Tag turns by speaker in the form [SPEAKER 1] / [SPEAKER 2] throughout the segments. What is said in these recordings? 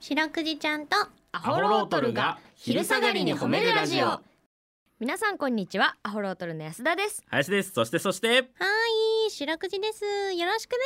[SPEAKER 1] 白くじちゃんと
[SPEAKER 2] ア
[SPEAKER 3] ホロートルが昼下がりに褒めるラジオ
[SPEAKER 2] 皆さんこんにちはアホロートルの安田です
[SPEAKER 3] 林ですそしてそして
[SPEAKER 1] はい白くじですよろしくで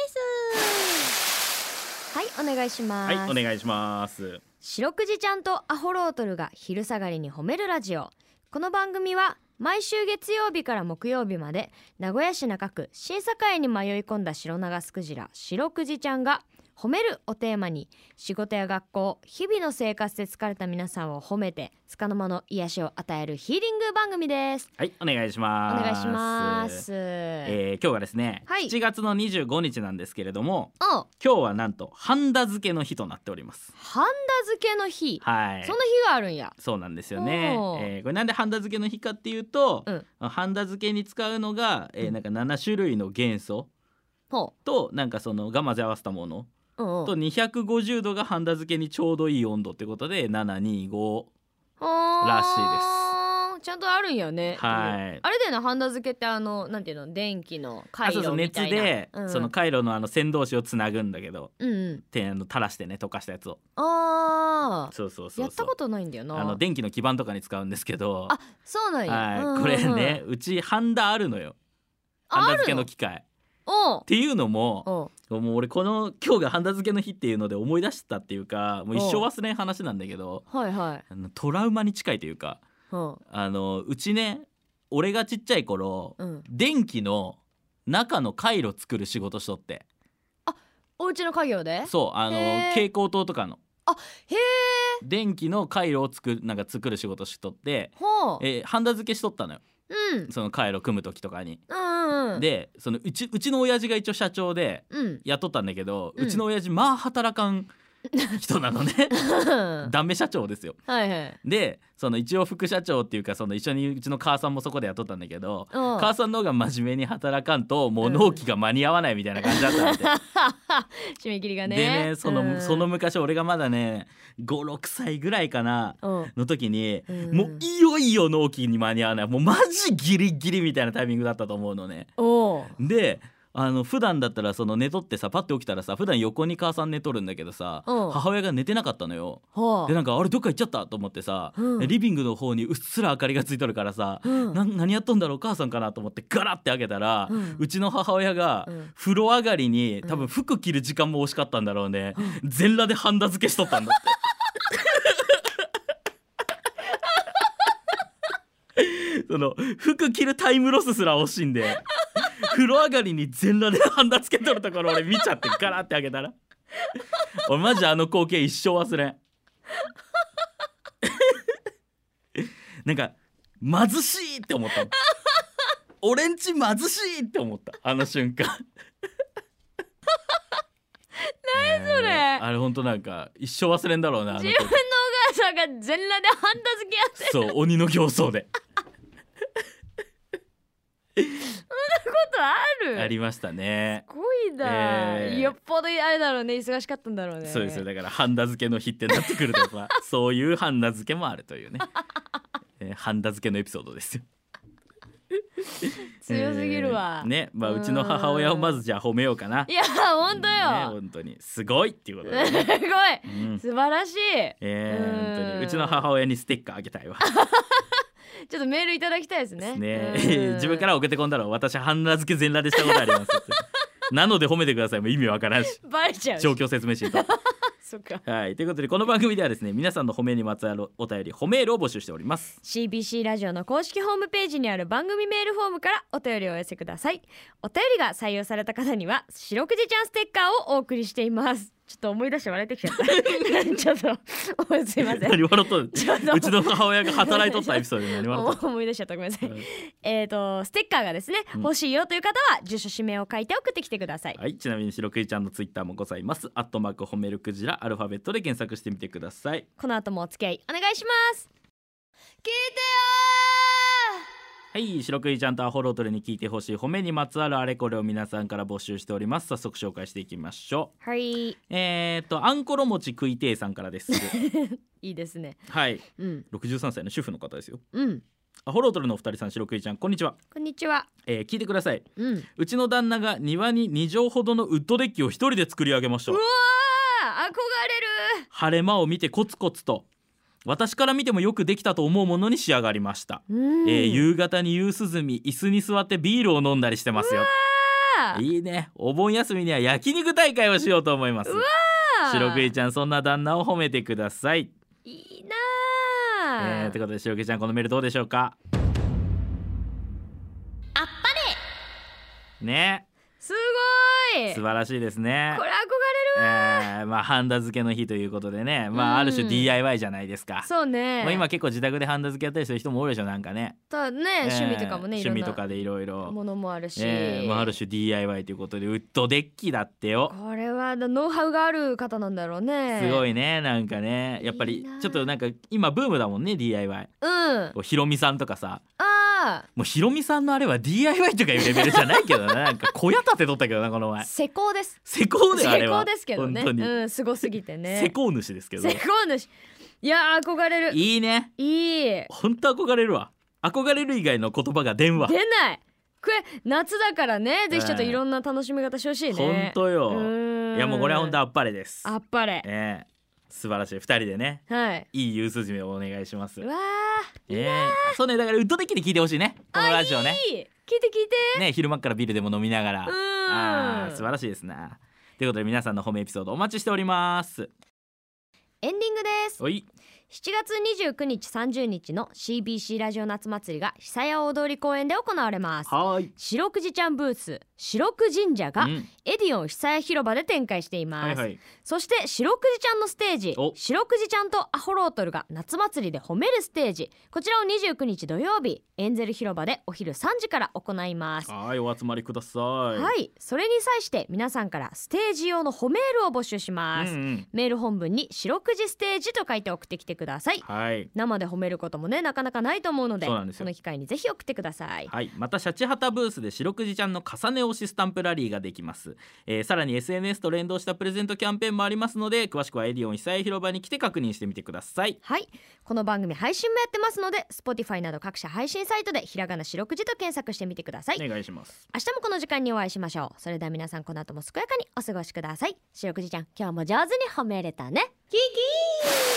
[SPEAKER 1] す
[SPEAKER 2] はいお願いします、
[SPEAKER 3] はいお願いします
[SPEAKER 2] 白くじちゃんとアホロートルが昼下がりに褒めるラジオこの番組は毎週月曜日から木曜日まで名古屋市中区審査会に迷い込んだ白長スクジラ白くじちゃんが褒めるをテーマに仕事や学校日々の生活で疲れた皆さんを褒めて束の間の癒しを与えるヒーリング番組です
[SPEAKER 3] はいお願いし
[SPEAKER 2] お
[SPEAKER 3] ます
[SPEAKER 2] 願いします、
[SPEAKER 3] えー、今日がですね、
[SPEAKER 2] はい
[SPEAKER 3] 7月の25日なんですけれども
[SPEAKER 2] お
[SPEAKER 3] 今日はなんとハンダ付けの日となっております
[SPEAKER 2] ハンダ付けの日、
[SPEAKER 3] はい
[SPEAKER 2] その日があるんや
[SPEAKER 3] そうなんですよね
[SPEAKER 2] おー、
[SPEAKER 3] えーこれなんでハンダ付けの日かっていうと、
[SPEAKER 2] うん
[SPEAKER 3] ハンダ付けに使うのが、え
[SPEAKER 2] う
[SPEAKER 3] ー、
[SPEAKER 2] ん
[SPEAKER 3] なんか7種類の元素
[SPEAKER 2] ほ
[SPEAKER 3] となんかそのが混ぜ合わせたもの
[SPEAKER 2] ううんうん
[SPEAKER 3] と250度がハンダ付けにちょうどいい温度ってことで725
[SPEAKER 2] ら
[SPEAKER 3] らしい
[SPEAKER 2] ですちゃんとあるんよね
[SPEAKER 3] はい
[SPEAKER 2] あれだよなハンダ付けってあのなんていうの電気の
[SPEAKER 3] あ
[SPEAKER 2] 回
[SPEAKER 3] そうそ
[SPEAKER 2] 路
[SPEAKER 3] う
[SPEAKER 2] み
[SPEAKER 3] 熱
[SPEAKER 2] たいな
[SPEAKER 3] で、
[SPEAKER 2] うん、
[SPEAKER 3] その回路のあの線同士をつなぐんだけど
[SPEAKER 2] うんうん
[SPEAKER 3] てあの垂らしてね溶かしたやつを
[SPEAKER 2] あー
[SPEAKER 3] そうそうそうそう
[SPEAKER 2] やったことないんだよな
[SPEAKER 3] あの電気の基板とかに使うんですけど
[SPEAKER 2] あそうなんや、うんうんう
[SPEAKER 3] は
[SPEAKER 2] ん
[SPEAKER 3] いこれねうちハンダあるのよハンダ付けの機械っ
[SPEAKER 2] おう
[SPEAKER 3] ていうのも
[SPEAKER 2] おう
[SPEAKER 3] もう俺この今日がハンダ付けの日っていうので思い出したっていうかもう一生
[SPEAKER 2] おう
[SPEAKER 3] 忘れん話なんだけど
[SPEAKER 2] はいはい
[SPEAKER 3] あのトラウマに近いというか
[SPEAKER 2] うん
[SPEAKER 3] あのうちね俺がちっちゃい頃
[SPEAKER 2] うん
[SPEAKER 3] 電気の中の回路作る仕事しとって
[SPEAKER 2] お家の家業で
[SPEAKER 3] そうあの
[SPEAKER 2] へー
[SPEAKER 3] 蛍光灯とかの
[SPEAKER 2] へえ
[SPEAKER 3] 電気の回路を作るなんか作る仕事しとって、
[SPEAKER 2] ほう
[SPEAKER 3] えーハンダ付けしとったのよ
[SPEAKER 2] うん
[SPEAKER 3] その回路組む時とかに。
[SPEAKER 2] うんうん
[SPEAKER 3] でそのうちうちの親父が一応社長で
[SPEAKER 2] うん
[SPEAKER 3] 雇ったんだけど、
[SPEAKER 2] う
[SPEAKER 3] うんちの親父まあ働かん人なのね ダメ社長ですよ。
[SPEAKER 2] はいはい
[SPEAKER 3] でその一応副社長っていうかその一緒にうちの母さんもそこで雇ったんだけど。
[SPEAKER 2] うん
[SPEAKER 3] 母さんの方が真面目に働かんともう納期が間に合わないみたいな感じだったんで、
[SPEAKER 2] 締め切りがね
[SPEAKER 3] でねその,、
[SPEAKER 2] うん
[SPEAKER 3] その昔俺がまだね56歳ぐらいかな
[SPEAKER 2] うん
[SPEAKER 3] の時に、
[SPEAKER 2] うん
[SPEAKER 3] もういよいよ納期に間に合わないもうマジギリギリみたいなタイミングだったと思うのね。
[SPEAKER 2] おう
[SPEAKER 3] であの普段だったらその寝とってさパッて起きたらさ普段横に母さん寝とるんだけどさ
[SPEAKER 2] うん
[SPEAKER 3] 母親が寝てなかったのよ。
[SPEAKER 2] ほ
[SPEAKER 3] でなんかあれどっか行っちゃったと思ってさ、
[SPEAKER 2] うん
[SPEAKER 3] リビングの方にうっすら明かりがついとるからさ、
[SPEAKER 2] ううん
[SPEAKER 3] な何やっとんだろう母さんかなと思ってガラって開けたら、
[SPEAKER 2] う
[SPEAKER 3] うんちの母親が
[SPEAKER 2] うん
[SPEAKER 3] 風呂上がりに
[SPEAKER 2] うん
[SPEAKER 3] 多分服着る時間も惜しかったんだろうね、全裸でハンダ付けしとったんだ って。その服着るタイムロスすら惜しいんで風呂上がりに全裸でハンダ付けとるところ俺見ちゃってガラって開けたら俺マジあの光景一生忘れん なんか貧しいって思ったの俺んち貧しいって思ったあの瞬間何そ
[SPEAKER 2] れ
[SPEAKER 3] あれ本当なんか一生忘れんだろうなあの
[SPEAKER 2] 自
[SPEAKER 3] 時
[SPEAKER 2] 分のお母さんが全裸でハンダ付けやって
[SPEAKER 3] そう鬼の形相で
[SPEAKER 2] ることある
[SPEAKER 3] ありましたね
[SPEAKER 2] すごいな、
[SPEAKER 3] えー
[SPEAKER 2] よっぽどあれだろうね忙しかったんだろうね
[SPEAKER 3] そうですよだからハンダ付けの日ってなってくるとかそういうハンダ付けもあるというね、えー、ハンダ付けのエピソードですよ
[SPEAKER 2] 強すぎるわ、
[SPEAKER 3] えーねまあうちの母親をまずじゃあ褒めようかない
[SPEAKER 2] や本当
[SPEAKER 3] ね
[SPEAKER 2] よ、
[SPEAKER 3] 本当にすごいっていうことで、
[SPEAKER 2] す
[SPEAKER 3] ね
[SPEAKER 2] ごい
[SPEAKER 3] うん、
[SPEAKER 2] 素晴らしい
[SPEAKER 3] え
[SPEAKER 2] う
[SPEAKER 3] ー
[SPEAKER 2] ん
[SPEAKER 3] 本当にうちの母親にステッカーあげた いわ。
[SPEAKER 2] ちょっとメールいただきたいですね
[SPEAKER 3] ね
[SPEAKER 2] うん
[SPEAKER 3] 自分から送ってこんだろう私ハンダ付け全裸でしたことあります って。なので褒めてくださいもう意味わからんし
[SPEAKER 2] バレちゃうし
[SPEAKER 3] 状況説明シート。
[SPEAKER 2] そっか
[SPEAKER 3] はいということでこの番組ではですね皆さんの褒めにまつわるお便り褒めールを募集しております。
[SPEAKER 2] CBC ラジオの公式ホームページにある番組メールフォームからお便りをお寄せくださいお便りが採用された方には白くじちゃんステッカーをお送りしていますちょっと思い出して笑えてきちゃった ち ょっと すいません
[SPEAKER 3] 何笑っとる
[SPEAKER 2] ちょっと
[SPEAKER 3] うちの母親が働いとったエピソードに何笑っとる
[SPEAKER 2] 思い出しちゃったごめんなさい、
[SPEAKER 3] はい
[SPEAKER 2] えっ、とステッカーがですね、
[SPEAKER 3] うん
[SPEAKER 2] 欲しいよという方は住所氏名を書いて送ってきてください
[SPEAKER 3] はい、ちなみに白くいちゃんのツイッターもございます。アットマーク褒めるクジラアルファベットで検索してみてください。
[SPEAKER 2] この後もお付き合いお願いします聞いてよ
[SPEAKER 3] はい、白くいちゃんとアホロートルに聞いてほしい褒めにまつわるあれこれを皆さんから募集しております。早速紹介していきましょう。
[SPEAKER 2] ーはいい
[SPEAKER 3] えー、っと、あんころ餅食いてえさんからです。
[SPEAKER 2] いですね
[SPEAKER 3] はい、
[SPEAKER 2] うん
[SPEAKER 3] 六十三歳の主婦の方ですよ。
[SPEAKER 2] うん
[SPEAKER 3] アホロートルのお二人さん、白くいちゃん、こんにちは。
[SPEAKER 2] こんにちは
[SPEAKER 3] えー、聞いてください。
[SPEAKER 2] うん
[SPEAKER 3] うちの旦那が庭に二畳ほどのウッドデッキを一人で作り上げました
[SPEAKER 2] うわ。憧れる
[SPEAKER 3] 晴れ間を見てコツコツと私から見てもよくできたと思うものに仕上がりました、
[SPEAKER 2] うん
[SPEAKER 3] えー夕方に夕涼み椅子に座ってビールを飲んだりしてますよ
[SPEAKER 2] わー
[SPEAKER 3] いいねお盆休みには焼肉大会をしようと思います
[SPEAKER 2] うわ
[SPEAKER 3] 白クイちゃんそんな旦那を褒めてください
[SPEAKER 2] いい
[SPEAKER 3] え
[SPEAKER 2] なー
[SPEAKER 3] ー、ということで白クイちゃんこのメールどうでしょうか
[SPEAKER 1] あっ
[SPEAKER 3] ぱれね
[SPEAKER 2] すごい
[SPEAKER 3] 素晴らしいですね
[SPEAKER 2] これ憧れる
[SPEAKER 3] えーまあハンダ付けの日ということでねま
[SPEAKER 2] う
[SPEAKER 3] あ
[SPEAKER 2] ん
[SPEAKER 3] ある種 DIY じゃないですか、
[SPEAKER 2] そうね
[SPEAKER 3] もう今結構自宅でハンダ付けやったりする人も多いでしょなんかね、
[SPEAKER 2] ただね、
[SPEAKER 3] えー
[SPEAKER 2] 趣味とかもねい
[SPEAKER 3] 趣
[SPEAKER 2] ろん
[SPEAKER 3] 味と
[SPEAKER 2] な
[SPEAKER 3] かでいろいろ
[SPEAKER 2] ものもあるし、
[SPEAKER 3] えーまあ、ある種 DIY ということでウッドデッキだってよ
[SPEAKER 2] これはノウハウがある方なんだろうね
[SPEAKER 3] すご
[SPEAKER 2] い
[SPEAKER 3] いねなんかねやっぱ
[SPEAKER 2] いい
[SPEAKER 3] り
[SPEAKER 2] な
[SPEAKER 3] ちょっとなんか今ブームだもんね DIY
[SPEAKER 2] うんあ
[SPEAKER 3] こうひろみさんとかさ
[SPEAKER 2] あ
[SPEAKER 3] もうひろみさんのあれは DIY とかいうレベルじゃないけ どななんか小屋建てとったけどなこの前
[SPEAKER 2] 施工です
[SPEAKER 3] 施工であれ
[SPEAKER 2] 施
[SPEAKER 3] は
[SPEAKER 2] 工ですけどね
[SPEAKER 3] 本当に、
[SPEAKER 2] うんすごすぎてね
[SPEAKER 3] 施工主ですけど
[SPEAKER 2] 施工主いやー憧れる
[SPEAKER 3] いいね
[SPEAKER 2] いい
[SPEAKER 3] 本当憧れるわ憧れる以外の言葉が電話
[SPEAKER 2] 出ないこれ夏だからねぜひちょっと
[SPEAKER 3] ええ
[SPEAKER 2] いろんな楽しみ方してほしいね
[SPEAKER 3] 本当よ
[SPEAKER 2] い
[SPEAKER 3] いやもうこれは本当
[SPEAKER 2] あ
[SPEAKER 3] あっぱれです
[SPEAKER 2] っぱれ
[SPEAKER 3] ええ素晴らしい二人でね
[SPEAKER 2] はい
[SPEAKER 3] いい夕涼みをお願いします
[SPEAKER 2] うわ
[SPEAKER 3] ええそうねだからウッドデッキで聞いてほしいねこのラジオね
[SPEAKER 2] ーいい聞いて聞いて
[SPEAKER 3] ね昼間っからビールでも飲みながら
[SPEAKER 2] うん
[SPEAKER 3] あー素晴らしいですなということで皆さんの褒めエピソードお待ちしております
[SPEAKER 2] エンディングです
[SPEAKER 3] おい
[SPEAKER 2] 7月29日30日の CBC ラジオ夏祭りが久屋大通公園で行われます
[SPEAKER 3] はーい
[SPEAKER 2] 白くじちゃんブース白く神社が
[SPEAKER 3] うん
[SPEAKER 2] エディオン久屋広場で展開しています、
[SPEAKER 3] はいはい
[SPEAKER 2] そして白くじちゃんのステージ
[SPEAKER 3] お
[SPEAKER 2] 白くじちゃんとアホロートルが夏祭りで褒めるステージこちらを29日土曜日エンゼル広場でお昼3時から行いますは
[SPEAKER 3] はーいお集まりください
[SPEAKER 2] い、それに際して皆さんからステージ用の褒めールを募集します、
[SPEAKER 3] うんうん
[SPEAKER 2] メール本文に白くじステージと書いて送ってきてください
[SPEAKER 3] はい
[SPEAKER 2] 生で褒めることもねなかなかないと思うので
[SPEAKER 3] そうなんですよ
[SPEAKER 2] この機会にぜひ送ってください、
[SPEAKER 3] はい、またシャチハタブースで白くじちゃんの重ね押しスタンプラリーができます、えーさらに SNS と連動したプレゼントキャンペーンもありますので詳しくはエディオン久江広場に来て確認してみてください
[SPEAKER 2] はいこの番組配信もやってますので Spotify など各社配信サイトでひらがな白くじと検索してみてください、
[SPEAKER 3] お願いします
[SPEAKER 2] 明日もこの時間にお会いしましょうそれでは皆さんこの後も健やかにお過ごしください白くじちゃん今日も上手に褒めれたねキキー